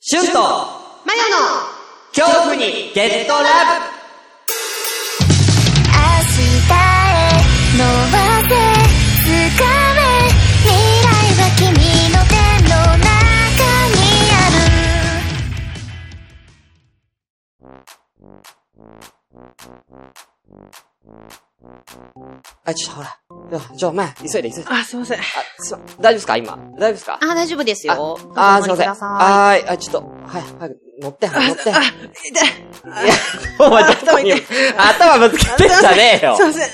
シュンとマヨの恐怖にゲットラブ明日へ伸ばせ掴め未来は君の手の中にあるあ、ちょっとほら。ちょ、ちょ、前、急いで急いで。あ、あ、すいません。すま、大丈夫ですか今。大丈夫ですかあ、大丈夫ですよ。あー、おすいま乗りくせん。ださはーい。あ、ちょっと、はい、早く、乗って、あ、乗って。あ、痛い。お前、頭に、頭ぶつけてんじゃねえよすい。ません。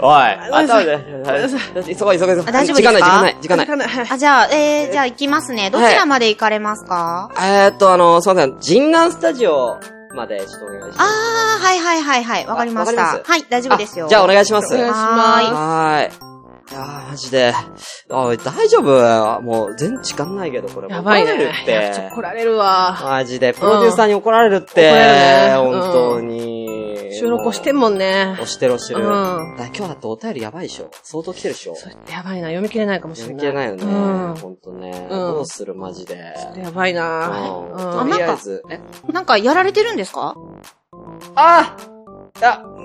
おい、頭で、ません急ごう急ごう急ごう。あ大丈夫ですか時間ない、時間ない、時間ない。ない。はい。い。あ、じゃあ、えー、じゃあ行きますね。どちらまで行かれますか、えーっと、あの、すいません。ジンガンスタジオまで、ちょっとお願いしあます。ー、はいはいはいはい。わかりましあわかたりま。すはい、大丈夫ですよ。あじゃあ、お願いします。お願いしはまはーい。いやー、マジで。おい、大丈夫もう、全然時間ないけど、これ。す。やばい怒られるねっ。いやちょてっと。怒られるわ。マジで、プロデューサーに怒られるってうん怒られ。るね本当に。収録押してんもんね押。してる押してる。うんだから今日だってお便りやばいでしょ相当来てるでしょそうやってやばいな。読み切れないかもしれない。読み切れないよね。うん。ちょほんとね。んどうするマジで。っとやばいな。ううんんとありなんあえかず。えい。なんかやられてるんですかああ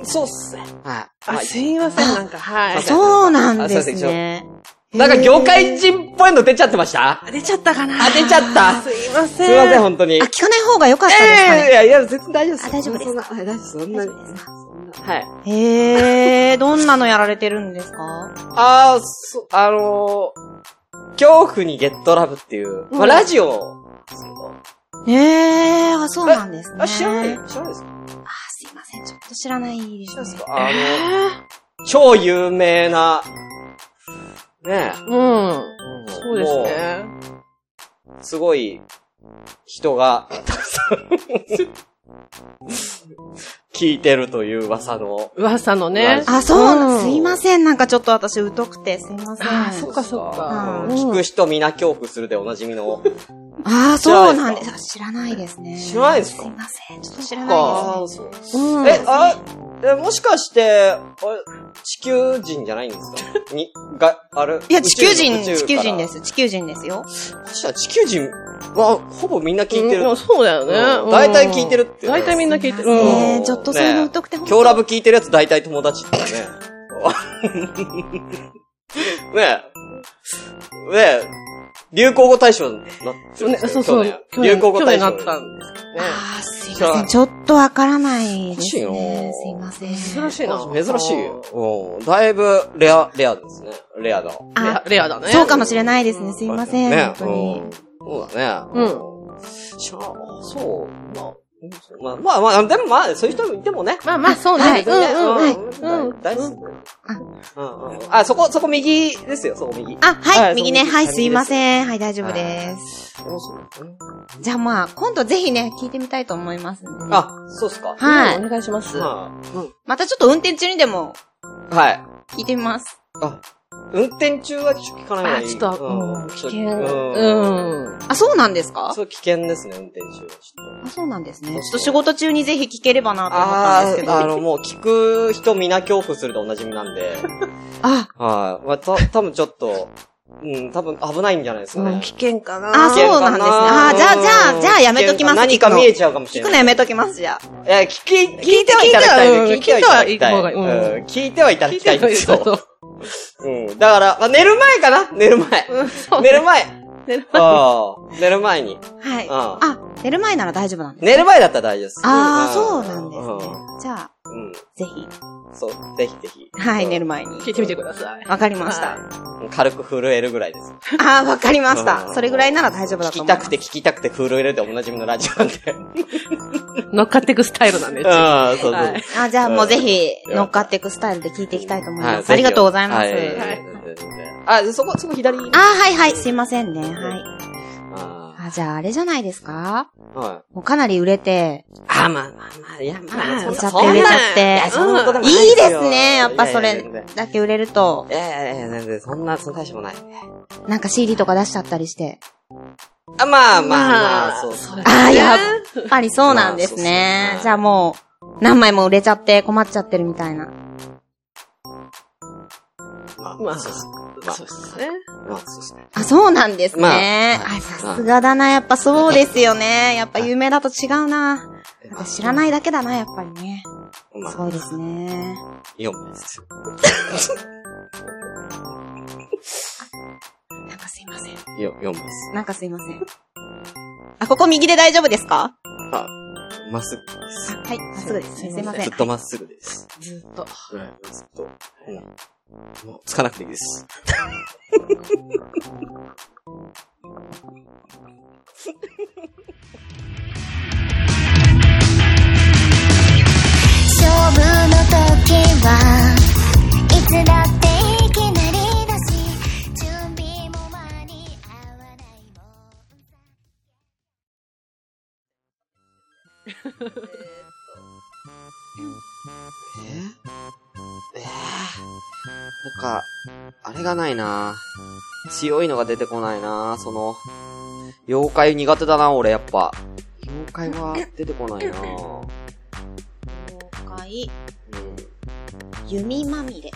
そうっすね。はい。あ、はいすいません。なんか、はあい。そうなんあですいますせんね。なんか業界人っぽいの出ちゃってましたあ出ちゃったかな。あ出ちゃったすいませすん。いません、ほんとに。あ、聞かない方が良かったですかええね。いやいや、全然大丈夫です。あ大丈夫ですそんな、はい大丈夫です。そんなに。そんなはい。へー、どんなのやられてるんですかあー、そ、あのー、恐怖にゲットラブっていう、まあ、ラジオですけど、へー、あ、そうなんですね。あ、知らない知らないですかあ、すいません。ちょっと知らないです知らないですね。かあの、え超有名な、ねえーうん。そうです。ね。もうすごい、人が、たくさん、聞いてるという噂の。噂のね。かあ、そうなん、うんすいません。なんかちょっと私疎くて、すいません。あそっかそっかうん聞く人皆恐怖するでおなじみの。ああ、知らそなういですかなんです。あ知らないですね。知らないですかすいません。ちょっと知らないあでーそううえ、あ、え、もしかして、あれ、地球人じゃないんですかに、が、あれす。いや、地球人、宇宙地球人で宇宙す。地球人ですよ。からそしたら地球人は、ほぼみんな聞いてるう。んそうだよねうん。大体聞いてるって大体みんな聞いてる。んねうえん。ちょっとそういうの疎くて、今日ラブ聞いてるやつ大体友達ってね。 ねえ。ねえ。流行語大賞になってるんねですそようそう。去年流行語去大年賞なったんですよね。ああ、すいません。ちょっとわからないですおかね。しすいいなません。珍しいな。珍しいよ。うん。だいぶ、レア、レアですね。レアだ。レあア。、レアだね。そうかもしれないですね。すいません。ね本当に。うんそうだね。うんん。知らんそう。まあうんまあ、まあ、まあ、でもまあ、そういう人もいてもね。まあまあ、そうね。はいうんうんうん。うん。うん。大好き。うんうん。あ、そこ、そこ右ですよ、そこ右。あ、ははいい、右ね。そうはい、ですすいません。はい、大丈夫です。じゃあまあ、今度ぜひね、聞いてみたいと思いますんでね。あ、そうっすか。はい。お願いします。はまたちょっと運転中にでもい。はい。聞いてみます。あ、運転中はちょっと聞かない方があ、いい。ちょっと、うんうん危険。ちょっとうん。あ、そうなんですかそう、危険ですね、運転中は。ちょっとあ、そうなんですね。ちょっと仕事中にぜひ聞ければなと思ったんあですけど。あ、ああの、もう聞く人皆恐怖するでおなじみなんで。はい。まあ、た、多分ちょっと、うん、多分危ないんじゃないですかうんね危。険かな。あそうなんですねあーじゃあじゃあじゃあやめときます何か聞くの見えちゃうかもし聞れくないの。やめときます、じゃいや、聞き、聞いてはいただきたいね。聞いてはい聞いてはいただき聞たいてはいた方がい。うん聞いてはいただ聞いきたていとんでいうすよ。こと。うん。だから、まあ、寝る前かな寝る前。うん、そう寝ね。る前。寝るああ、寝る前に。あ。はい。ああ、寝る前なら大丈夫なんです。寝る前だったら大丈夫です。ああ、そううなんですね。じゃあ、うん。ぜひ。うんそう、ぜひぜひ。はい、うん寝る前に。聞いてみてください。わかりました。軽く震えるぐらいです。ああ、わかりましうた。んそれぐらいなら大丈夫だ聞とき思いまたす。くて聞きたくて震えるでおなじみのラジオ なんで。乗っかっていくスタイルなんで。すああ、そうそう。はいあ、じゃあもうぜひう、ん乗っかっていくスタイルで聞いていきたいと思いはまいす。ありがとうございます。あはー、あ、そこ、そこ左。はいはい、すいませんね。はい。ああ、じゃああれじゃないですかーはい。もうかなり売れて、あ、まあまあまあ、いや、まあ、そんな売れあちゃっそんてな売れちゃいっやて。そんなこともないいよいですね。やっぱそいやいやれ全然だけ売れるとい、やいやいや、全然、そんな、そんな大したもない。なんか CD とか出しちゃったりして。あ、まあまあままあ、あそうそう。ああ、ねやっぱりそうなんですまあそうっすねね。はいじゃあもう、何枚も売れちゃって困っちゃってるみたいな。まあまあ、まあそうですね。まあ、そうですね。あ、そうなんですまあね。はいあ、さすがだな。やっぱそうですよね。やっぱ有名だと違うな。なんか知らないだけだな、やっぱりね。まあそ、うですね。 4名です。なんかすいません。よ4名です。なんかすいません。あ、ここ右で大丈夫ですかあ、まっすぐであす。はい、まっすぐです。すいませずんっ。とまっすぐです。ずっと。はい、ずっと。うん。もう、つかなくていいです。勝負の時はいつだっていきなりだし準備も間に合わないもんええー、なんか、あれがないな強いのが出てこないなその、妖怪苦手だな、俺やっぱ。妖怪は出てこないな了解。うん。弓まみれ。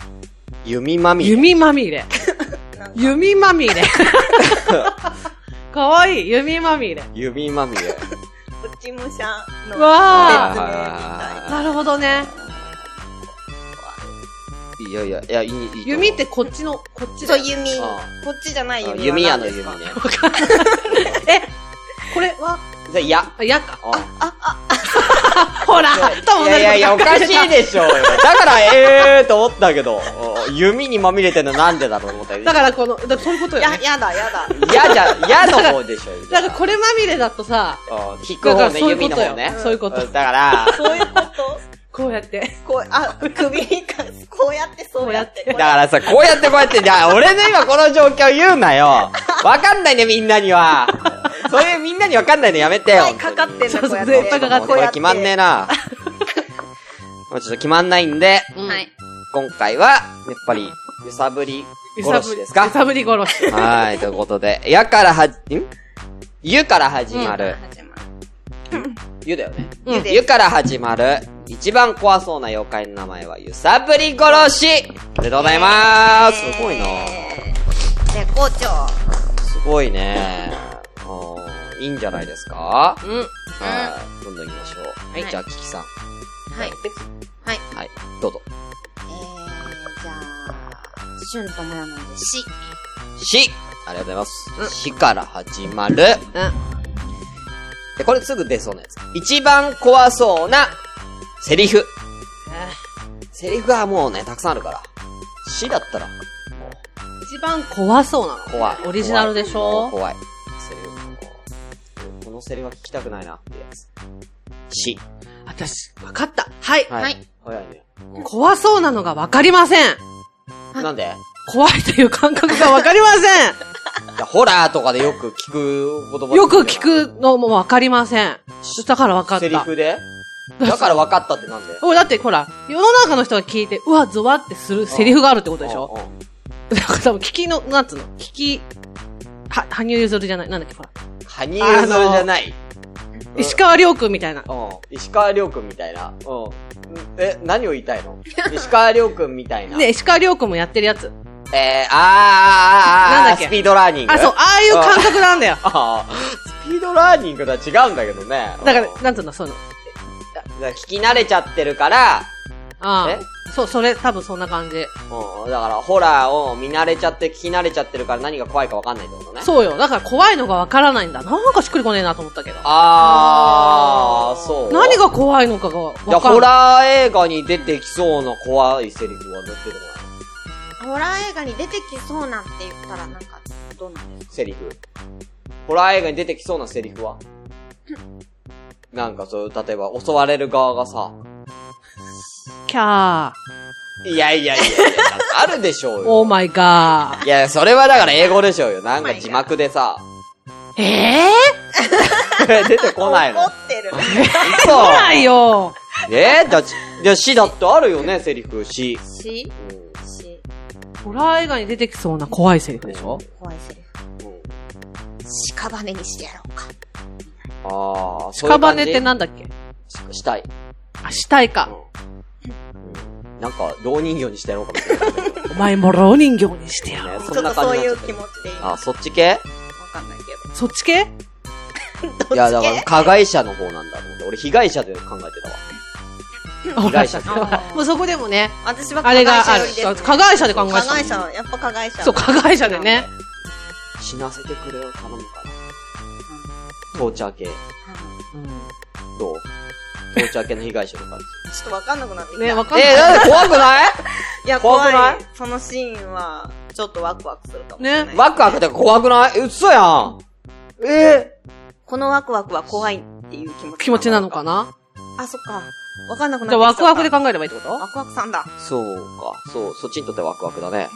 弓まみれ。弓まみれ。弓ま みれ。かわいい。弓まみれ。弓まみ れ。落ち武者のわはいあ。はなるほどね。いはいいやいや、いや、いい、いいと思う。弓ってこっちの、こっちそだう、。弓。あこっちじゃないあ弓。弓矢の 弓ね。これは、で、矢。あ、やか。あほら、ともいやいやいや、おかしいでしょうよ。 だから、ええーと思ったけど、お弓にまみれてんのなんでだろうと思ったけどだ、からこの、だからそういうことよ、や、 ね。やだ、やだ。矢じゃ、矢の方でしょ。だからこれまみれだとさ、うん引くだか方らね、そういう弓のこと方よね。。そういうことう。んだから、そういうことこうやって。こう、あ、首か、こうやって、そうやって。だからさ、こうやってこうやって、じゃあ、俺の今この状況言うなよ。わかんないね、みんなには。それみんなにわかんないのやめてよ。かかってんだ、そうそうこうやって。絶対かかってここれ決まんねえな。もうちょっと決まんないんで、はい。今回は、やっぱり、揺さぶり揺さぶり殺しですか揺さぶり殺し。はい、ということで、やからはじ、んゆから始まる。始まる。ゆだよね。うんゆでゆから始まる。一番怖そうな妖怪の名前は、ゆさぶり殺しおめでとうございますすごいな絶好調。すごいねあーいいんじゃないですかうん。はい。どんどん行きましょう。はいじゃあ、キキさん。はい。ははい。い、どうぞ。えー、じゃあ、旬ともやのでし。しありがとうございます。しから始まる。で、これすぐ出そうなやつ。一番怖そうな、セリフ。セリフはもうね、たくさんあるから。しだったら、一番怖そうなの。怖い。オリジナルでしょ怖い。セリフ。このセリフは聞きたくないな、ってやつ。し。私、わかった。はい。はい。早いね。怖そうなのがわかりません。なんで怖いという感覚がわかりま いやホラーとかでよく聞く言葉せん。よく聞くのもわかりません。だからわかっセリた。フでだから分かったってなんでおだってほら、世の中の人が聞いて、うわ、ゾワってするセリフがあるってことでしょうんうんだから多分聞きの、なんつうの聞き、は、羽生結弦じゃないなんだっけほら。羽生結弦じゃない。うん石川亮君みたいな。うん。石川亮君みたいな。うん。え、何を言いたい の石川亮君みたいな。ね、石川亮君もやってるやつ。えー、あーあーあーあーなんだっけスピードラーニング。あ、そう、ああいう感覚なんだよ。 あースピードラーニングとは違うんだけどね。だかうんら、なんつうの、そういうの。だから聞き慣れちゃってるから、あえあ。そう、それ、多分そんな感じ。うん。だから、ホラーを見慣れちゃって、聞き慣れちゃってるから何が怖いか分かんないってことね。う。そうよ。だから怖いのがわからないんだ。なんかしっくりこねえなと思ったけど。あー、そう。何が怖いのかがわいや、かホんない。ラー映画に出てきそうな怖いセリフは出てるのホラー映画に出てきそうなんて言ったら、なんか、どうなんですセリフ。ホラー映画に出てきそうなセリフはなんかそう、例えば襲われる側がさ、キャー。いやいやいやいや、なんかあるでしょうオーよ。マイガいや、それはだから英語でしょうよ。なんか字幕でさ、 ー。ええ出てこないのか。。怒 ってる。嘘ー、来ないよ。えー、だち、じゃあ死だってあるよね、セリフ、死。し、うんし、ホラー映画に出てきそうな怖いセリフでしょ怖いセリうフ。ん屍にしてやろうか。ああ、そういう感屍じってなんだっけししたい。あ、死体か。うん。なんか、老人形にしてやろうかみたいな。マイモロを人形にしてやる。ねちょっとそういう気持ち。ちでいい。わあ、そっち系かんないけそっち系ど。いや、だから、加害者の方なんだと思って。俺、被害者で考えてたわ。被害者わかったもうそこでもね、私はあれがある。加害者で考え加た。害者、やっぱ加害者。そう、加害者でね。死なせてくれよ、頼むから。トーチャー系。どうトーチャー系の被害者の感じ。 ちょっとわかんなくなってきた。ね、わかんえー、ななんで怖くないいや、怖怖くい。ないそのシーンは、ちょっとワクワクするかもしれない。ねワクワクって怖くないえ嘘やん。えこのワクワクは怖いっていう気持ち。い気持ちなのかなあ、そっか。わかんなくなってきじゃたあ、ワクワクで考えればいいってことワクワクさんだ。ー、そうか。そう、そっちにとってワクワクだね。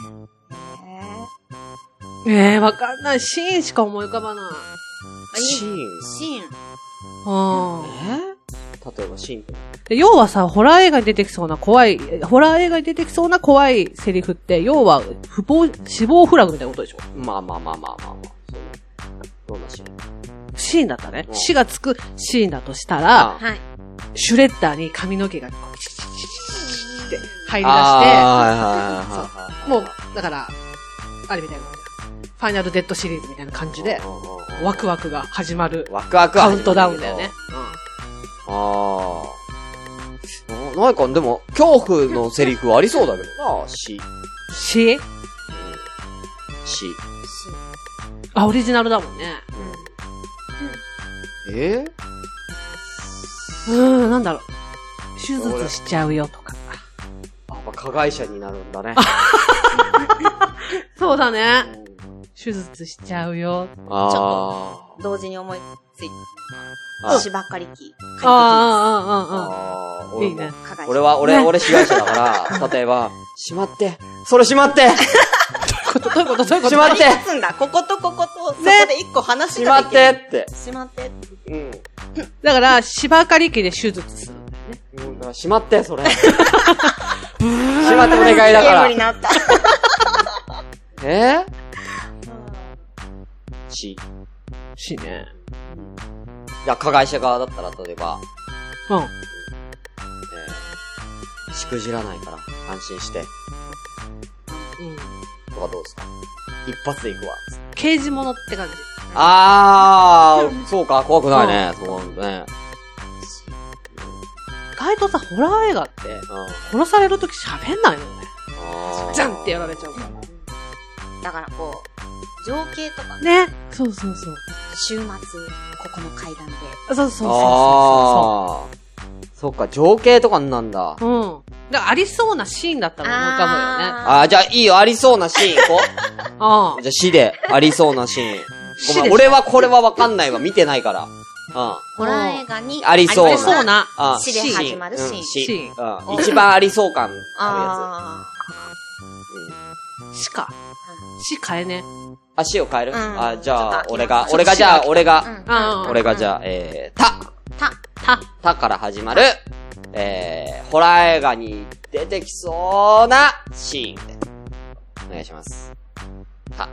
ええ、わかんない。シーンしか思い浮かばない。シーン。シーン。うん。例えばシーンって。で要はさ、ホラー映画に出てきそうな怖い、えホラー映画に出てきそうな怖いセリフって、要は、不法、死亡フラグみたいなことでしょまあまあまあまあまあまあ。そうね。どんなシーンシーンだったね。うん死がつくシーンだとしたら、はい。シュレッダーに髪の毛がこう、チチチチチチって入り出して、あーはいはいはいはいはい。もう、だから、あれみたいな。ファイナルデッドシリーズみたいな感じで、ワクワワクが始まるク。ワクワクはカ始まウるントダウンだよね。あー。なないか、でも、恐怖のセリフありそうだけどな、死。うん死死。あ、オリジナルだもんね。えうーん、なんだろう。手術しちゃうよとか。あ、まあ、加害者になるんだね。そうだうね。ん手術しちゃうよ。あ同時に思いついあた。芝刈り機。ああ、ああ、ああー。あ。い俺いねも。加害者俺、は、俺、俺被害者だから、例えば、しまって、それしまって、どういうことどういうことしまって、立つんだ。こことここと、そこねで一個話しがまでっきてる。って。しまって。うん。だから、芝刈り機で手術する。うんだからしまって、それ。しまってお願いだゲーかムになった。ら。えし、いしね。や、加害者側だったら、例えば、うん。えー、しくじらないから、安心して、うん。とかどうですか一発で行くわ。刑事物って感じ。あー、そうか、怖くないね。そうね。意外とさ、ホラー映画って、うん。殺されるとき喋んないのよね。あーじゃんってやられちゃうかだからこう、情景とか、ら。ね。そうそうそう。週末、ここの階段で。そうそうそうそあー。そっか、情景とかになんだう。。そう。うん。だからありそうなシーンだったら思い浮かぶよね。あー、じゃあいいよ、ありそうなシーン行こう。 あじゃあ死で、ありそうなシーン。死ごめでん、す俺はこれはわかんないわ、見てないから。ーホラー映画にありそうあなりそうな。うん。うん死で始まるシーンうんシ死。ンうん。一番ありそう感ああるやつ。うん死か。死変えね。あ、死を変えるうんあ、じゃあ、ちょっと飽俺きまがし、た俺がじゃあ、俺あ。が、あー俺がじゃあ、えー、た。た、た。たから始まる、えー、ホラー映画に出てきそうなシーンで。お願いします。た。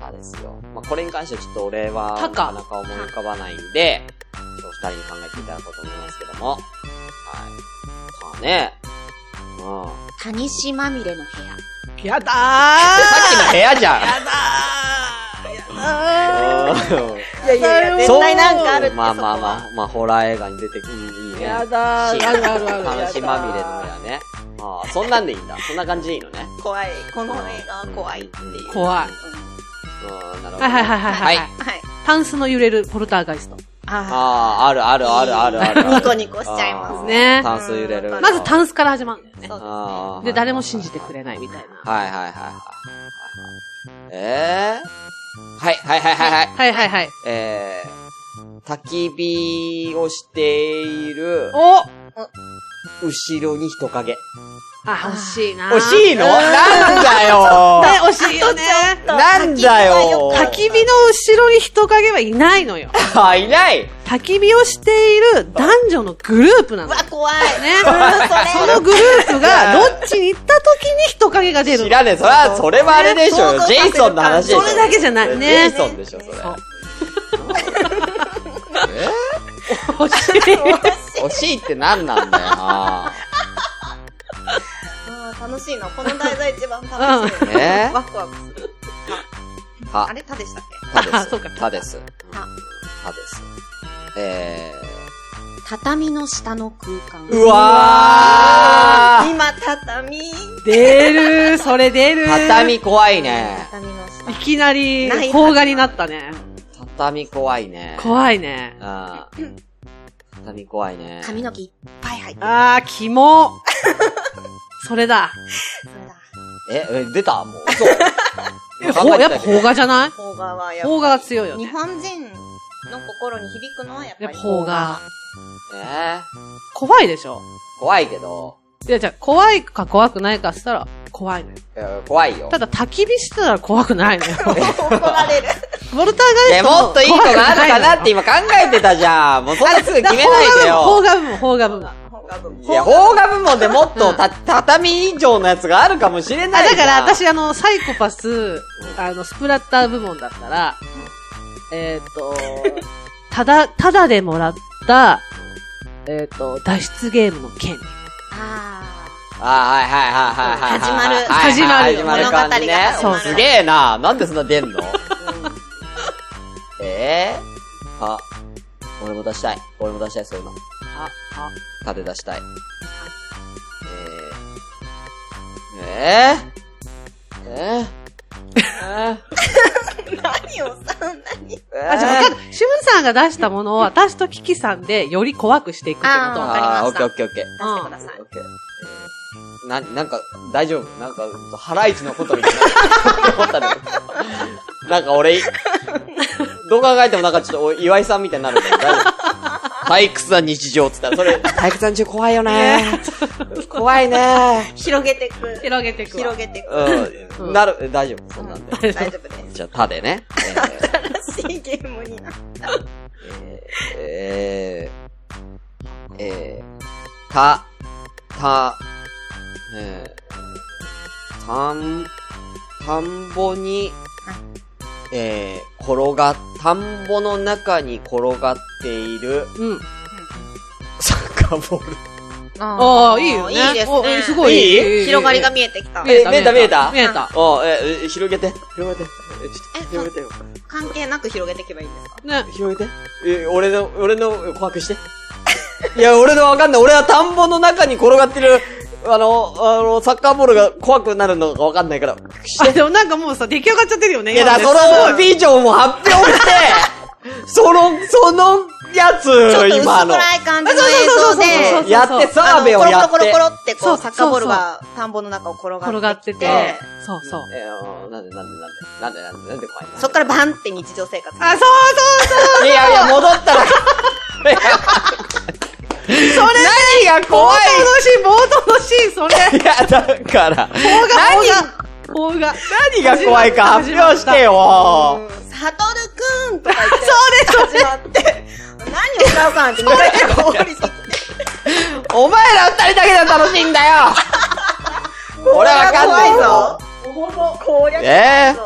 たですよ。まあ、これに関してはちょっと俺は、たなかかなか思い浮かばないんで、ちょっと二人に考えていただこうと思いますけども。はい。たね。うん。谷しまみれの部屋。やだーさっきの部屋じゃんあ うんいやいやいや絶対なんかあるって。まあまあそこはまあ、まあ、ホラー映画に出てくる。うんいいね。やだー。あるあるある。話まみれのやだやね。ああ、そんなんでいいんだ。そんな感じでいいのね。怖い。この映画は怖いっていう。ー。怖い。うん、なるほど。はいはいはいはいはい。はいはい。タンスの揺れるポルターガイスト。あああ、あるあるあるあるある。ニコニコしちゃいますあねあ炭素揺れる。まずタンンスから始まるんだよね。ああで、誰も信じてくれないみたいな。はいはいはいはい。ええはいはいはいはいはい。はいはいはい。えー、焚き火をしている、お後ろに人影。あ、惜しいな。惜しいのなんだ ねよ、惜しいよね。なんだよ焚き火の後ろに人影はいないのよ。あ、いない焚き火をしている男女のグループなうのわよ。、怖い。ね。そそれのグループが、ロッチに行った時に人影が出る知の。らねえ、それは、それはあれでしょうよ。ジェイソンの話でしょ。それだけじゃないねジェイソンでしょ、それ。そうえ惜しい。 惜しいって何なんだよな。あー楽しいな。この題材一番楽しい。うんねワクワクする。はあ、れタでしたったけであす。そうかたです。たたです。え畳の下の空間。ー。うわー今、畳。 出る、それ出る。畳怖いね。畳の下い。きなりない、邦画になったね。畳怖いね。い。怖いね。あー畳怖いね。髪の毛いっぱい入ってる。あー、キ モ。それだ。それだ。え、え出たもう。嘘え、 ほ、やっぱ邦画じゃない邦画はやっ邦画が強いよぱ、日ね。本人の心に響くのはやっぱやっりぱ邦画。。えー怖いでしょ怖いけど、いや、じゃあ怖いか怖くないかしたら、怖いね。えー怖いよ。ただ、焚き火してたら怖くない のよ。怒られる。ボルターガえ、イストもっといいの怖くがあるかなってい今考えてたじゃん。もうそんなすぐ決の めないでよ。よだから邦画部門、邦画部門、邦画部門。邦画文いや、邦画部門でもっとた、畳以上のやつがあるかもしれなあ、いじだゃん。から、私、あの、サイコパス、あの、スプラッター部門だったら、えっ、と、ただ、ただでもらった、えっ、と、脱出ゲームの権利。ああー、はいはいはいはいはい始まるはいはい始始ままる感じるね。物語が始まるそうすげえな。なんでそんな出んのえー、あ、俺も出したい。俺も出したい、そういうの。あ、あ、縦出したい。えー、えー、えー、えー、ー。何をさ、え何ー、あ、じゃあ、わかる。シムさんが出したものを、私とキキさんで、より怖くしていくってことあーわかりましたオッケーオッケーオッケー。出してくださいオ。ッケー。えーな、なんか、大丈夫なんか、ハライチのことみたいな。思ったんだけど。 なんか俺、どう考えてもなんかちょっとお岩井さんみたいになるけど、大丈夫。退屈な日常って言ったら、それ、退屈な日常怖いよね。怖いね。広げてく。広げていくわ広。げてく。う。うんんなる、大丈夫。そんなんで。大丈夫です。 じゃあ、たでね。新しいゲームになる。えー、えー、えー、た、た、えー、たん、田んぼに、えー、転が、田んぼの中に転がっているうん。サッカーボール。ああ、いいよね。いいですおね。すごいいい。いいいい広がりが見えてきた。え見えた見えた見えた。おうえ、え広げて、広げて、えちょっと広げてよ。関係なく広げていけばいいんですかね。広げて。え、俺の、俺の、怖くして。いや、俺のわかんない。俺は田んぼの中に転がってる、あの、あの、サッカーボールが怖くなるのかわかんないから。あ、でもなんかもうさ、出来上がっちゃってるよね。いや、だ、今ねそのビジョンを発表して、その、そのやつ、ちょっと薄今の。暗い感じの映像で、そうそうそうそうやって、澤部をやあのっコロコロてコロ。コロってそこうう、サッカーボールが田んぼの中を転がってき転がっててえ。そうそう。えー、なんでなんでなんでなんでなんでなんで怖いのそっからバンって日常生活。あ、そうそういやいや、戻ったら。それ何が怖い冒頭のシーン、冒頭のシーン、それ。いや、だから。邦画、何邦画。邦画。何が怖いか発表してよ。うんサトルくんとか言って、始まって、何を歌うかなんて、みんなが降りてきて、お前ら二人だけが楽しいんだよ。俺わかんないぞ。怖いぞ。おほほ、攻略えぞ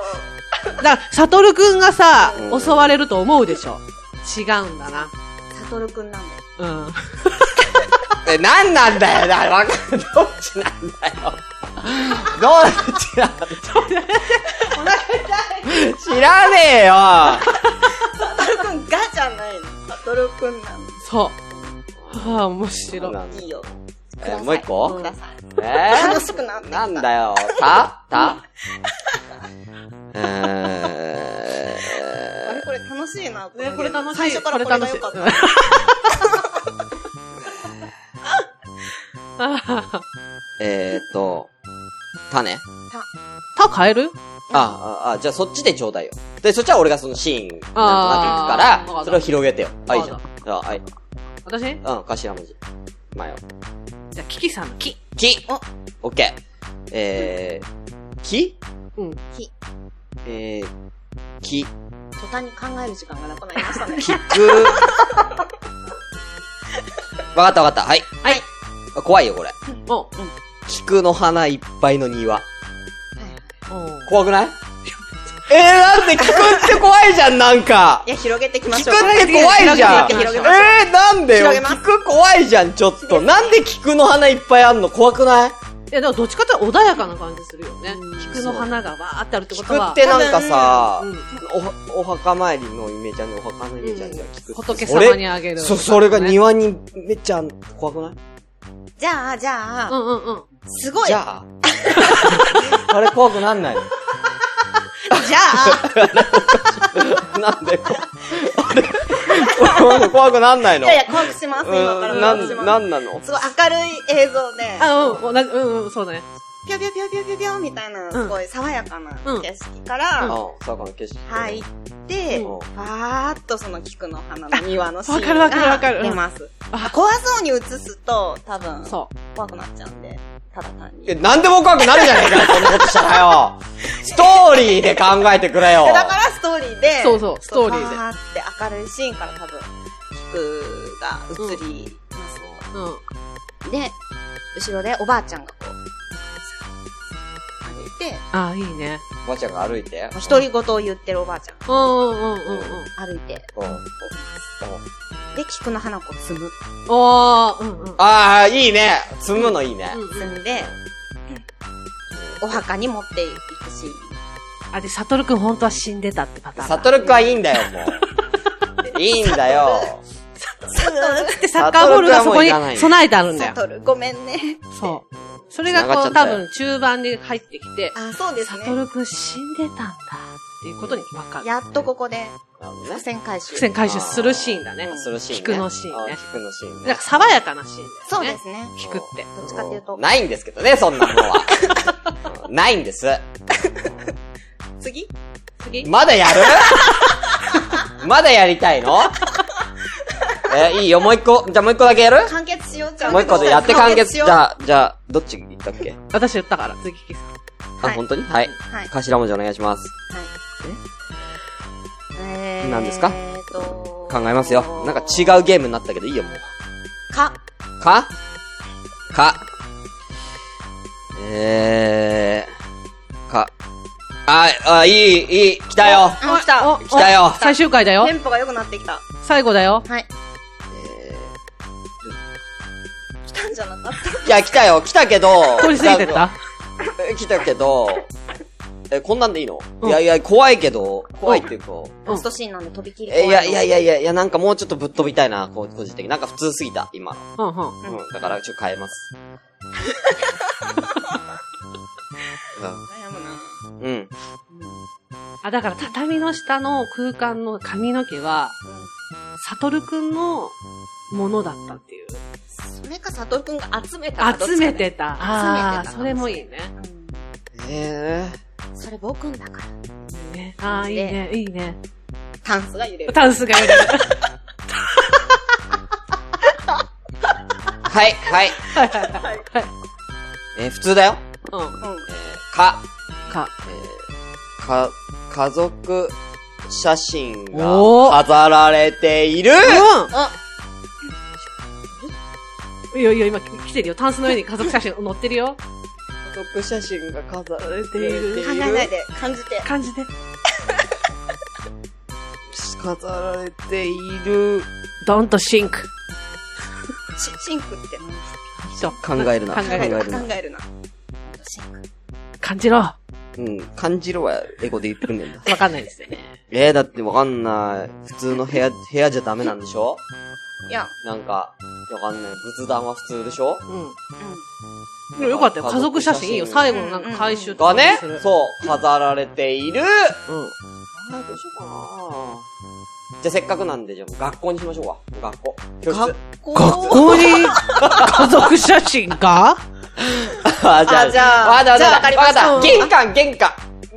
だから、サトルくんがさ、襲われると思うでしょ。違うんだな。サトルくんなんだよ。うん。 ー、え、何なんだよ。だわかんない。どっちなんだよ。どっちなんだよ。知らねえよ。サトルくんがじゃないの。サトルくんなんだそう。はあ、面白い。いいよ。えもう一個ください。えー楽しくなってきたなんだよ。たたえあれこれ楽しいな。ね、これ楽しい。最初からこれが良か った。た。ー、えーと、種た変えるああ、あ、じゃあそっちでちょうだいよ。で、そっちは俺がそのシーン、なんとなくあー行くか、わからったそれを広げてよ。はい、じゃわんか。あ、はい。私じうん、頭文字。前を。ゃあ、キキさんのキ。きオッケー。えー、きうん。えー、き、く、途端に考える時間がなくなりましたね。 わかったわかった。はい。はい。あ怖いよ、これ。お、うん。菊の花いっぱいの庭。おう怖く ないえー、なんで菊って怖いじゃん、なんか い。や、広げていきま聞しくょう。って怖いじゃん。え広げていきましょう。ー、なんでよ。広げます聞く怖いじゃん、ちょっと。なんで聞くの花いっぱいあんの怖くないいや、でもどっちかっていうと穏やかな感じするよねうん。菊の花がわーってあるってこ菊とは。ってなんかさう、ん、お、お墓参りのイメージあるの、お墓のイメージあるの、菊って。仏それ様にあげる。そ、それが庭にめっちゃ怖くないじゃあ、じゃあ、うんうんうん。すごいじじゃゃあ あれ怖くなんないの あ、なんでこあれ 怖くなんないいのやいや、怖くします、う今から。ん、な怖くしん、ますなんなのすごい明るい映像で、あ、うん、同じ、うんうん、そうだね。ぴょぴょぴょぴょぴょぴょみたいな、すごい爽やかなうん景色から、あ、そうかの景色。入って、うんわーっとその菊の花の庭のシーンわかるわかるわかがる出ますあ。怖そうに映すと、多分、そ怖くなっちゃうんで、ただ単に。え、だなんでも怖くなるじゃねえか よ、そんなことしたらよ。ストーリーで考えてくれよ。からストーリーで、そうそうストーリーでわーって明るいシーンから多分、菊が映ります、う。うん。で、後ろでおばあちゃんがこう、歩いて、あ、いいね。おばちゃんが歩いて。独り言を言ってるおばあちゃんがうんうんうんうんうん。歩いて、うん。で、菊の花をこう摘む。おー、うんうん。ああ、いいね。積むのいいねう。んうん、摘んで、お墓に持っていくシーン。あ、で、サトルくん本当は死んでたってパターンだ。サトルくんはいいんだよ、も う。いいんだよ。で、サッカーボールがサトルくんはそこにもういらない備えてあるんだサよ。トル、ごめんね。そう。それが繋がっこちゃう、った多よ分中盤で入ってきて、あ、そうですサトね。ルくん死んでたんだっていうことにわかる。やっとここで、なるほど伏ね。線回収。伏線回収するシーンだね。するシーンね。菊のシーンねあ菊のシーンなねんか。爽やかなシーンだよね。そうですね。聞くってどっちかっていうとないんですけどね、そんなものは。 うんないんです。次次まだや るまだやりたいのえ、いいよ、もう一個。じゃあもう一個だけやる完結しようじゃんもう一個でやって完結。しじよう。はゃあ、じゃあ、どっち行ったっけ私言ったから、次聞きさん。あ、はい本当にはい。い。頭文字お願いします。え何ですかえーと。考えますよ。なんか違うゲームになったけどいいよ、もう。う。か。かか。えー、か。あ、あ、いい、いい、来たよ。あ、来た。来たよ。最終回だよテ。ンポが良くなってきた。最後だよ。はい。えー来たんじゃなかったいや、来たよ。来たけど。通り過ぎてったえ来たけど、え、こんなんでいいの、うんいやいや、怖いけど、怖いっていうか、うんラストシーンなんで飛び切り怖え、いいの。やいやいやいやいや、なんかもうちょっとぶっ飛びたいな、こう個人的に。なんか普通すぎた、今の。うんうん。ううんん、だからちょっと変えます。悩むな。うん、うん、あ、だから畳の下の空間の髪の毛は、サトルくんのものだったっていう。それか、佐藤くんが集めたかどっちかね集めてた。あ集めてあ、たそれもいいね。えそれ僕んだから。ねああ、いいね、いいね。タンスが揺れる。タンスがいる。ー、はい、はい。はいはいはい。えー普通だよ。 うん。うんえ。ーか、か。えーか、家族写真おがー飾られているうんいやいや、今来てるよ。タンスの上に家族写真載ってるよ。家族写真が飾られている考えないで、感じて。感じで。飾られている。ドンとシンク。シシンクって人。考えるな考考ええる何る。な考えるな。シンク。感じろ。わうん、感じろは英語で言ってくんねんだ。かんないですよね。えー、だってわかんない。普通の部屋、部屋じゃダメなんでしょいや、なんか、わかんない。仏壇は普通でしょうん。うでもよかったよ。家族写真いいよ。最後のなんか回収とがかねする、そう、飾られているうん。あーどうしようかなじゃあせっかくなんで、じゃあ学校にしましょうか。学校。教室。ん。学こう校に 家族写真があー、あじゃあわかったじゃあわかった。わかわりましたかった。玄関、玄関。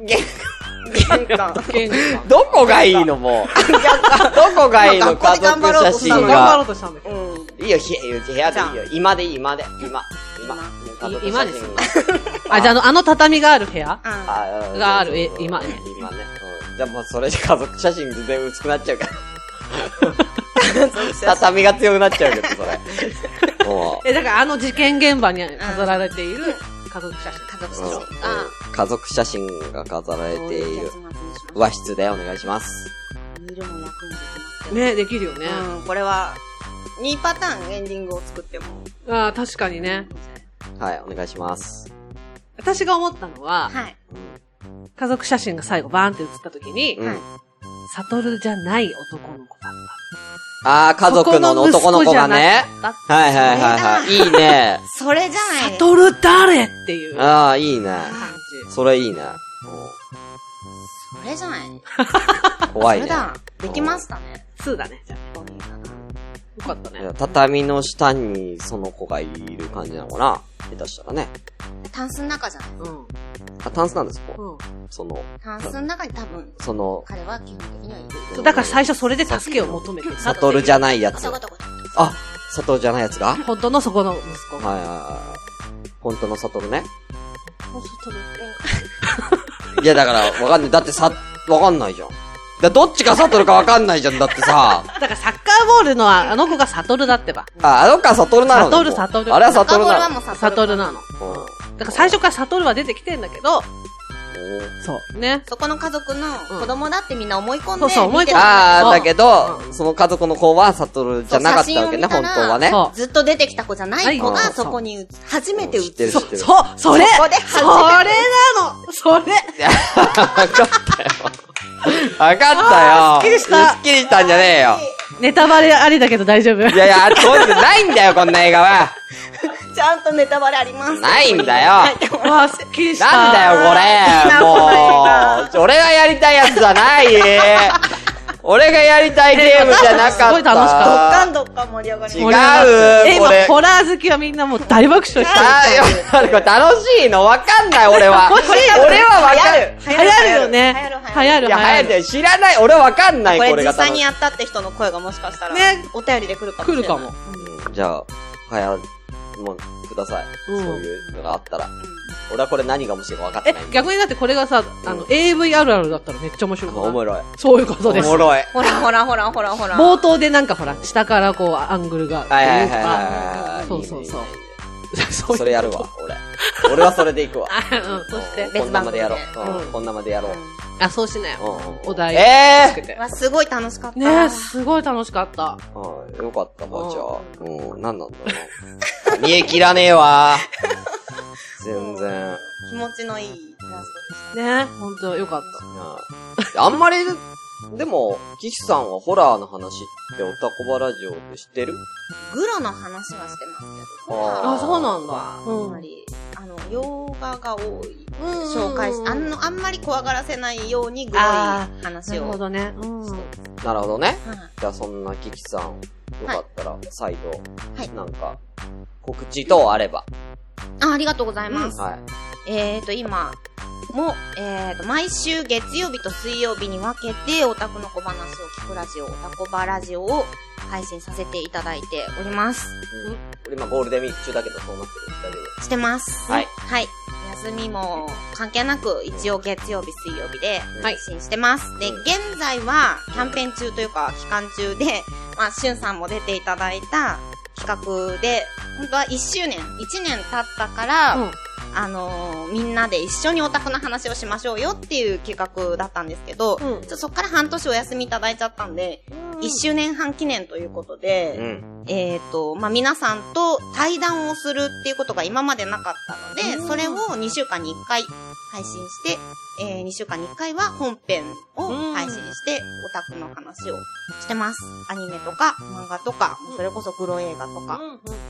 玄玄関。玄関。どこがいいのもう。どこがいいの学校家で頑張族ろう写とし真たの頑に張ろがう。としたんだけど。うん。いいよ、部屋でいいよ。今でいい、今で。今。今。もう家族写真今ですよあ、じゃああの、あの畳がある部屋ああがあるえそうそう今ね今ね。うんじゃあもうそれじゃ家族写真全然薄くなっちゃう から。畳が強くなっちゃうけど、そ れ。もえ、だからあの事件現場に飾られている家族写真。家族う写うんうん真。あ家族写真が飾られこうていいうる結末にしま和室でお願いします。す。見るも役に立ちますよ。ね、できるよね。うん、これは、2パターンエンディングを作っても。ああ、確かにね。はい、お願いします。私が思ったのは、はい。家族写真が最後バーンって写った時に、うん。サトルじゃない男の子だっあー、家族のそこ男のの子息子じゃがなね。た。だってはいはいはいはい。いいね。それじゃないサトル誰っていう感あー、いいね。じ。それいいね。それじゃないうん怖いそれね。だ。できましたね。 2だね、じゃあ。こういうのがよかったね。畳の下にその子がいる感じなのかな下手したらね。タンスの中じゃないうん。あ、タンスなんです、ここ。うん。その、タンスの中に多分、その、彼は基本的にはいる。そうだから最初それで助けを求めてたサトルじゃないやあつそ。ことこと。あ、サトルじゃないやつがはい本当のそこの息子が。はいはい。本当のサトルね。本当のいやだから、わかんない。だってさ、わかんないじゃん。だどっちがサトルかわかんないじゃん。だって さ、だからサッカーボールのああの子がサトルだってば。あ、あのかサトルなのねサもうトルサトルあれはサ赤トルボールはなの。もうササトルな。なの。うんだから最初からサトルは出てきてんだけど、おーそう。ね。そこの家族の子供だってみんな思い込んで見そうてそう思い込んであそー、うだけど、その家族の方はサトルじゃなかったわけね、そ本う写真を見たら当はね。そうずっと出てきた子じゃない子はがいそこに映初めて映知ってる知る。そってる。う、そう、それそこでそ初れめなのそれわかあったーすっきよ。りしたすっきりしたんじゃねえよ。ネタバレありだけど大丈夫いやいや、そういうのないんだよ、こんな映画は。てちゃんとネタバレあります。ないんだよ。わあ、すっきりした。なんだよ、これ。もう、俺がやりたいやつじゃない。俺がやりたいゲームじゃなかった。すごい楽しドッカかンドッカン盛り上がり違うま盛り上がってえ、これ今、ホラー好きはみんなもう大爆笑してる。あよこれ楽しいのわかんない、俺は。こっち俺はわかる。す。流行るよね。流行る流行いる、流や、行早る。い知らない。俺わかんない、ここれれが実楽し際いにやったって人の声がもしかしたら、ねお便りで来るかもしれな来るい。かも。うんじゃあ、早もうください。そううんいうのがあったら。俺はこれ何が面白いか分かってえないん、で。逆にだってこれがさ、あの、AV あるあるだったらめっちゃ面白いおもろい。そういうことでおす。もろい。ほらほらほらほらほら。冒頭でなんかほら、下からこう、アングルはが。いはいはいはいはい。そうそいいうそうねいいねいいね。そういうことそれやるわ、俺。俺はそれで行くわ。 あ うん、そして。こんなまでやろ別う。うんこんなまでやろう。あ、そうしなよ。うんうんお題ええわ、すごい楽しかった。ねえ、すごい楽しかった。うんよかったな、じゃあ。うん、なんなんだろう。見え切らねえわ。全然。気持ちのいいラストでしねえ、ほんとよかっあんまり、でも、岸さんはホラーの話ってオタコバラジオで知ってるた。グロの話はしてますけど。あた。あ、そうなんだ。あうんんまり、あの、洋画が多い。うん紹介し、あなの、あんまり怖がらせないようにグロいあ話るを。ほはいどね。うん。なるほどね。じゃあそんなキキさん、よかったら再度、はいなんか、告知等あれば。あ、ありがとうございます。はい。えーと、今、も、えーと、毎週月曜日と水曜日に分けて、オタクの小話を聞くラジオ、オタコバラジオを配信させていただいております。俺今ゴールデンウィーク中だけどそうなってる。大丈してます。はいはい。休みも関係なく、一応月曜日、水曜日でうん配信してます。で、現在はキャンペーン中というか、期間中で、まあ、しゅんさんも出ていただいた企画で、本当は1周年、1年経ったから、うんあのーみんなで一緒にオタクの話をしましょうよっていう企画だったんですけど、ちょうんっとそっから半年お休みいただいちゃったんで、1周年半記念ということで、夫うん。えっ、と、まあ、皆さんと対談をするっていうことが今までなかったので、それを2週間に1回配信して、えー、2週間に1回は本編を配信して、オタクの話をしてます。アニメとか漫画とか、それこそ黒映画とか、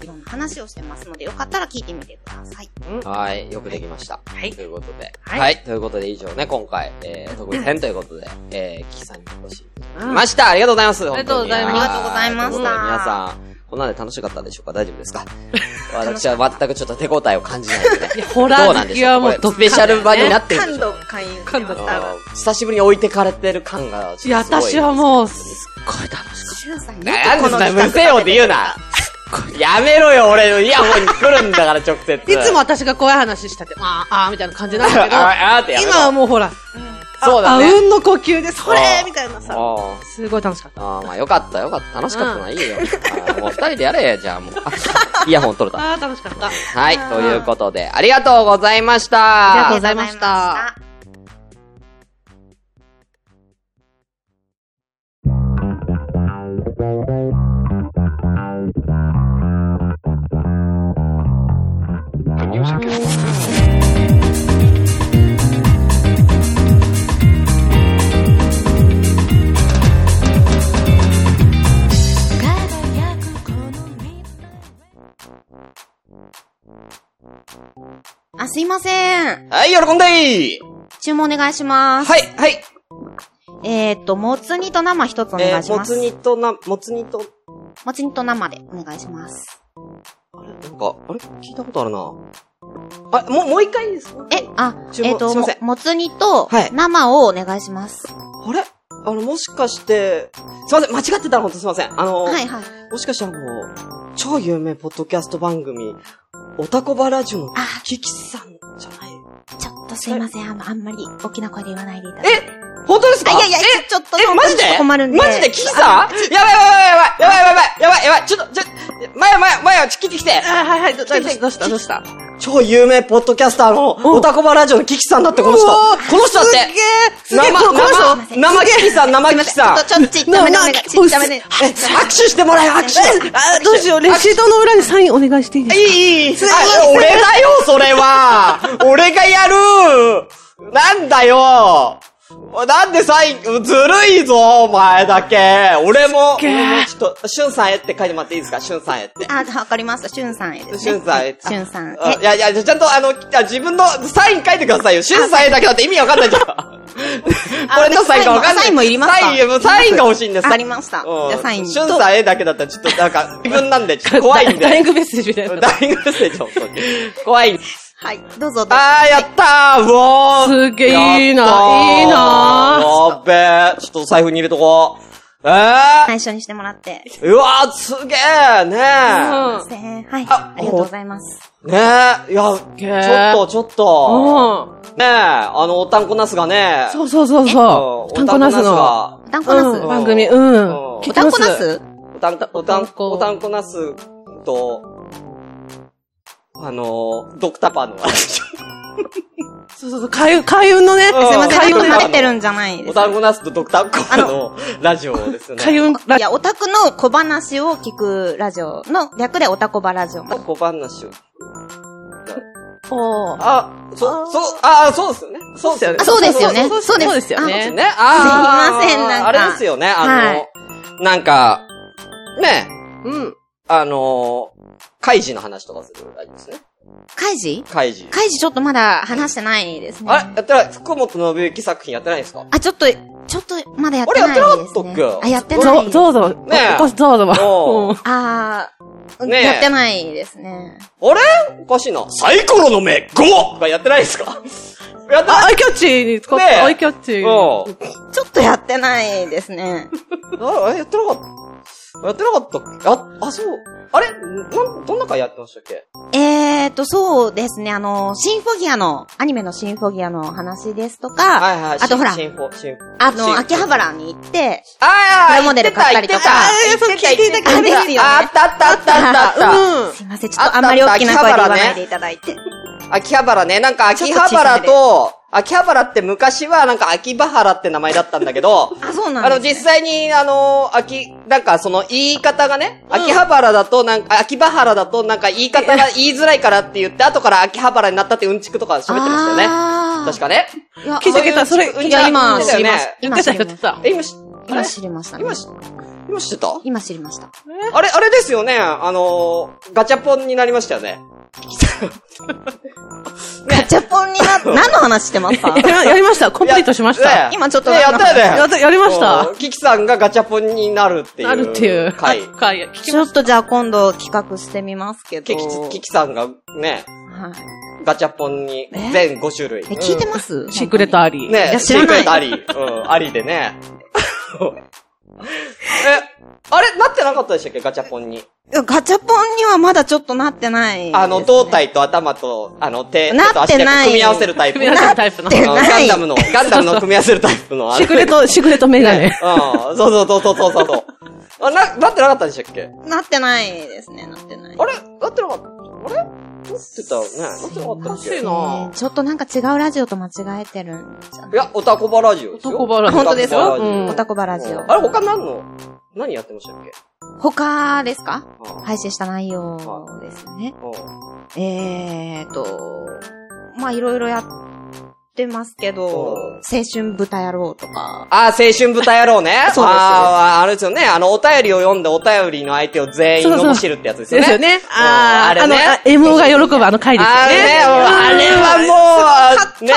いろんな話をしてますので、よかったら聞いてみてください。はい。よくできました。はいということで。はいはい。ということで以上ね、今回、えー、特別編ということで、えー、キキさんにお越しいただきました。ありがとうございます。ありがとうございます本当にありがとうございましとうこたとで皆さん、こんなんで楽しかったでしょうか大丈夫ですか私は全くちょっと手応えを感じない のでね。ホラどうーなん好できしょはうこもれうどっかスペシャル版になってるでしょ感度勧誘。感度あの久しぶりに置いてかれてる感が、いや、私はう。もう、すっごい楽しかっシュンさん、よなんくでこのそんな企画無せよって言うな。やめろよ、俺。いや、もう来るんだから、直接。た。いつも私が怖い話したって、あーあーみたいな感じなんだけ ど、ああーってやめろ。今はもうほら、そうだあね。うんの呼吸で、それあーみたいなさ、あーすごい楽しかった。あー、まあよかった、よかった。楽しかったな、いいよ。あーもう二人でやれ、じゃあもう。あイヤホン取れた。あー楽しかった。はい、ということで、ありがとうございました。ありがあとうりがとうございまありがとうございまししたた。 「あ、すいません。はい、喜んでー注文お願いします。はい、はい。えーっと、もつ煮と生一つおえ願いしー、もまつす。煮とな、もつ煮と、もつ煮と生でお願いします。あれなんか、あれ聞いたことあるな。あ、もう、もう一回いいですかえ、あ、注文えーっと、すいまもせんもつ煮とはい生をお願いします。あれあの、もしかして、すいません、間違ってたらほんとすいません。あの、はいはい。もしかしたらもう、超有名ポッドキャスト番組、オタコバラジオのあ、キキさんじゃないちょっとすいません。あの、あんまり大きな声で言わないでいただいて。本当ですかあいやいや、ちょっと、え、マジでちょっと困るんで。マジでキキさんやばいやばいやばいやばいやばいやばいやばいちょっと、ちょ、前よ前よ前よ、ちょ、聞いてきてあ、はいはい、どどどうしたどうした超有名ポッドキャスターの、オタコバラジオのキキさんだって、この人うわこの人だってすげえすげえこのこの人生、生、生キキさん、生キキさんちょっと、ちょっと、ちっちゃめでお願い。ななちっちゃめで。え、握手してもらえよ、握手してあ、どうしよう、レシートの裏にサインお願いしていいですいい、いい。あ俺だよ、それは。俺がやる。なんだよ。なんでサイン、ずるいぞ、お前だけ。俺も、げえ俺もちょっと、しゅんさんへって書いてもらっていいですか、しゅんさんへって。あ、わかりました。しゅんさんへですね。しゅんさんへ。しゅんさんへ。あいやいや、ちゃんとあの、あ自分のサイン書いてくださいよ。しゅんさんへだけだって意味わかんないじゃん。これのサインかわかんない。サインもいりますかサインも、サインが欲しいんです。わかりました。じうんゃあサインしゅんさんへだけだったらちょっとなんか、自分なんで、ちょっと怖 いんで。ダイイングメッセージみた いな。ダイイングメッセージ、本当に。怖い。はい。どうぞどうぞ。 あー、やったーうおーすげえいいなやったーいいなーやっべー。ちょっと財布に入れとこう。えー、内緒にしてもらって。うわー、すげーねー、うん。せーはい。あありがとうございます。ねーいげや、ーちょっと、ちょっと。うん。ねーあの、おたんこなすがね。そうそうそうそう。うんおたんこなす。が。おたんこなすうん、ナス番組、ううんん。聞おいてたんまこなすおたん、おたおたんん、こおたんこなすと、あの、ドクタパーの話。そうそうそう、開運、開運のね、うんすいません、開ちょっ運との慣れてるんじゃないでおす。たんこなすとドクターコアのラジオですよね。開運ラいや、オタクの小話を聞くラジオの略でオタコバラジオ。小話を。おーあ、そ、そう、あ、そうですよね。そうですよね。あそうですよねそうそうですそうですよそうですよね。ね。あーすいませんなんかあれですよね、あはいの、なんか、ね、うん。あの、カイジの話とかするらいいですね。カイジカイジ。カイジちょっとまだ話してないですね。あれやってない福本信之作品やってないですかあ、ちょっと、ちょっと、まだやってないです、ね。あれやってなかったっけあ、やってなゾい。ゾウゾウ。ねえおかしゾウゾウおうは。あー、ねえやってないですね。あれおかしいな。サイコロの目 5! とかやってないですか やってなあ、いアイキャッチに使っねた。えアイキャッチ。うん。ちょっとやってないですね。あ、えやってなかった。やってなかったっけあ、あ、そう。あれなん、どんな回やってましたっけえーと、そうですね、あの、シンフォギアの、アニメのシンフォギアの話ですとか、はいはい。あとほら新法、新法。あシンの、秋葉原に行って、あプラモデル買ったりとか言ってた、言ってた、言ってたあーそう聞いてた聞いてたあったあったあったあったあっうん。すいません、ちょっとあんまり大きな声で言わないでいただいて。た。秋葉原ね、なんか秋葉原ちと、秋葉原って昔はなんか秋葉原って名前だったんだけど、あ、そうなあんのです、ね。実際にあの、秋、なんかその言い方がね、秋葉原だとなんか、秋葉原だとなんか言い方が言いづらいからって言って、後から秋葉原になったってうんちくとか喋ってましたよね。あ確かね。に。いや、気づけた、それ、うんいや、今聞い知たよりねました。言今知りってた、言っまてした。た。え、今し、あれ今知りましたね今。し、今知ってた今知りました。あれ、あれですよね。あのー、ガチャポンになりましたよね。ガチャポンにな、 何の話してますかややりました。コンプリートしました。ね今ちょっとねやったよね。やったやりましたそう。キキさんがガチャポンになるっていう。なるっていう。はい。回。聞きちょっとじゃあ今度企画してみますけど。キキ、キキさんがね、はい。ガチャポンにえ全5種類。え、聞いてますシークレット。アリー。ねいや知シらークないレットあり。うん、ありでね。 え、あれ、なってなかったでしたっけガチャポンに。いやガチャポンにはまだちょっとなってない、あの、胴。体と頭と、あの、手、手となっ足てでない組み合わせるタイプ組み合わせるタイプの。なってうんるガンダムの、ガンダムの組み合わせるタイプの。あシれークレット、シークレットメガネ。うん、そうそうそうそうそうそうそう。あ、な、なってなかったでしたっけなってないですね、なってない。あれなってなかった。あれなってたよね。なってなかったっけおかしいいなえーちょっとなんか違うラジオと間違えてるんじゃないや、オタコバラジオですよ。オタコバラジオ本当ですようんオタコバラジオ。あれ、他何の何やってましたっけ他ですかうん配信した内容ですね。えーと、まあいろいろやってますけうど、ん青春豚野郎とか、ああ、青春豚野郎ね。そうですそうですああ、あれですよね。あの、お便りを読んでお便りの相手を全員そうそう罵るってやつですよでね。すよね。ああ、あれねあの、エモが喜ぶあの回ですよね。あれね、もうあれはもう、ね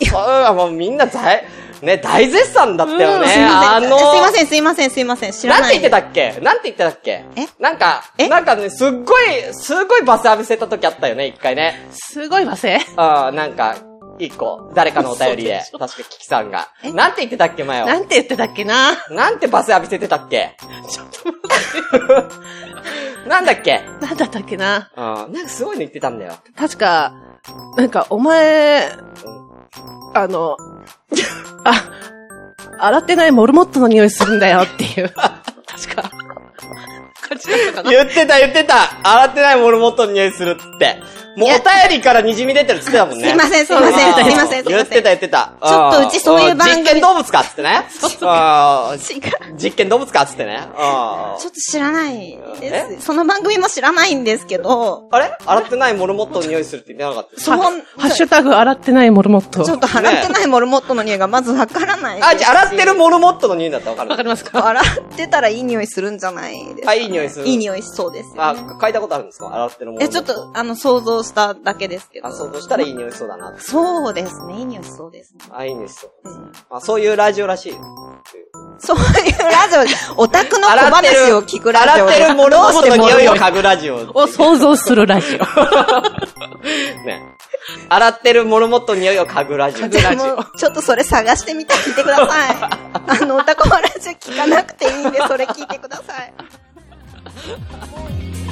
え、そうはもうみんな大、ね、大絶賛だったよね。すいあません。の、すいません、すいません、すいません。知らなんなてい言ってたっけなんて言ってたっけえなんか、えなんかね、すっごい、すっごいバス浴びせた時あったよね、一回ね。すごい罵声ああ、なんか、一個、誰かのお便りで嘘でし、ょ確かキキさんが。えなんて言ってたっけ、前なは。んて言ってたっけななんてバス浴びせてたっけちょっと待っ て。なんだっけなんだったっけなうん、なんかすごいの言ってたんだよ。確か、なんか、お前、あの、 あ、洗ってないモルモットの匂いするんだよっていう。確か、感じだったかな。言ってた言ってた洗ってないモルモットの匂いするって。もうお便りから滲み出てるっつってたもんね。すいません、すいま せん、すいません、すいません。言ってた言ってた。ちょっとうちそういう番組実験動物かっつってね。あー実験動物かっつってね。あーちょっと知らないでえす。その番組も知らないんですけど、あれ洗ってないモルモットの匂いするって言ってなかったその、ハッシュタグ洗ってないモルモット。ちょっと払ってないモルモットの匂いがまずわからない。あ、じゃあ洗ってるモルモットの匂いだったらわかる。わかりますか洗ってたらいい匂いするんじゃないですか。あいい匂いするいい匂いしそうです。あ、嗅いだことあるんですか洗ってるモルモッえ、ト。ちょっ。と、あの、想像しただけですけどあ、。想像したらいい匂いしそうだな。そうですね、いい匂いしそうですね。あ、いい匂いしそう。うんあ、そういうラジオらしい。そういうラジオ、オタクの小洗ってる話を聞くラジ洗オ。ってるモルモットの匂いをか嗅ぐラジオ。を想像するラジオ。 ね。洗ってるモルモットの匂いを嗅ぐラジオ。嗅ぐラジオちょっとそれ探してみて聞いてください。あの、オタクのラジオ聞かなくていいんで、それ聞いてください。 「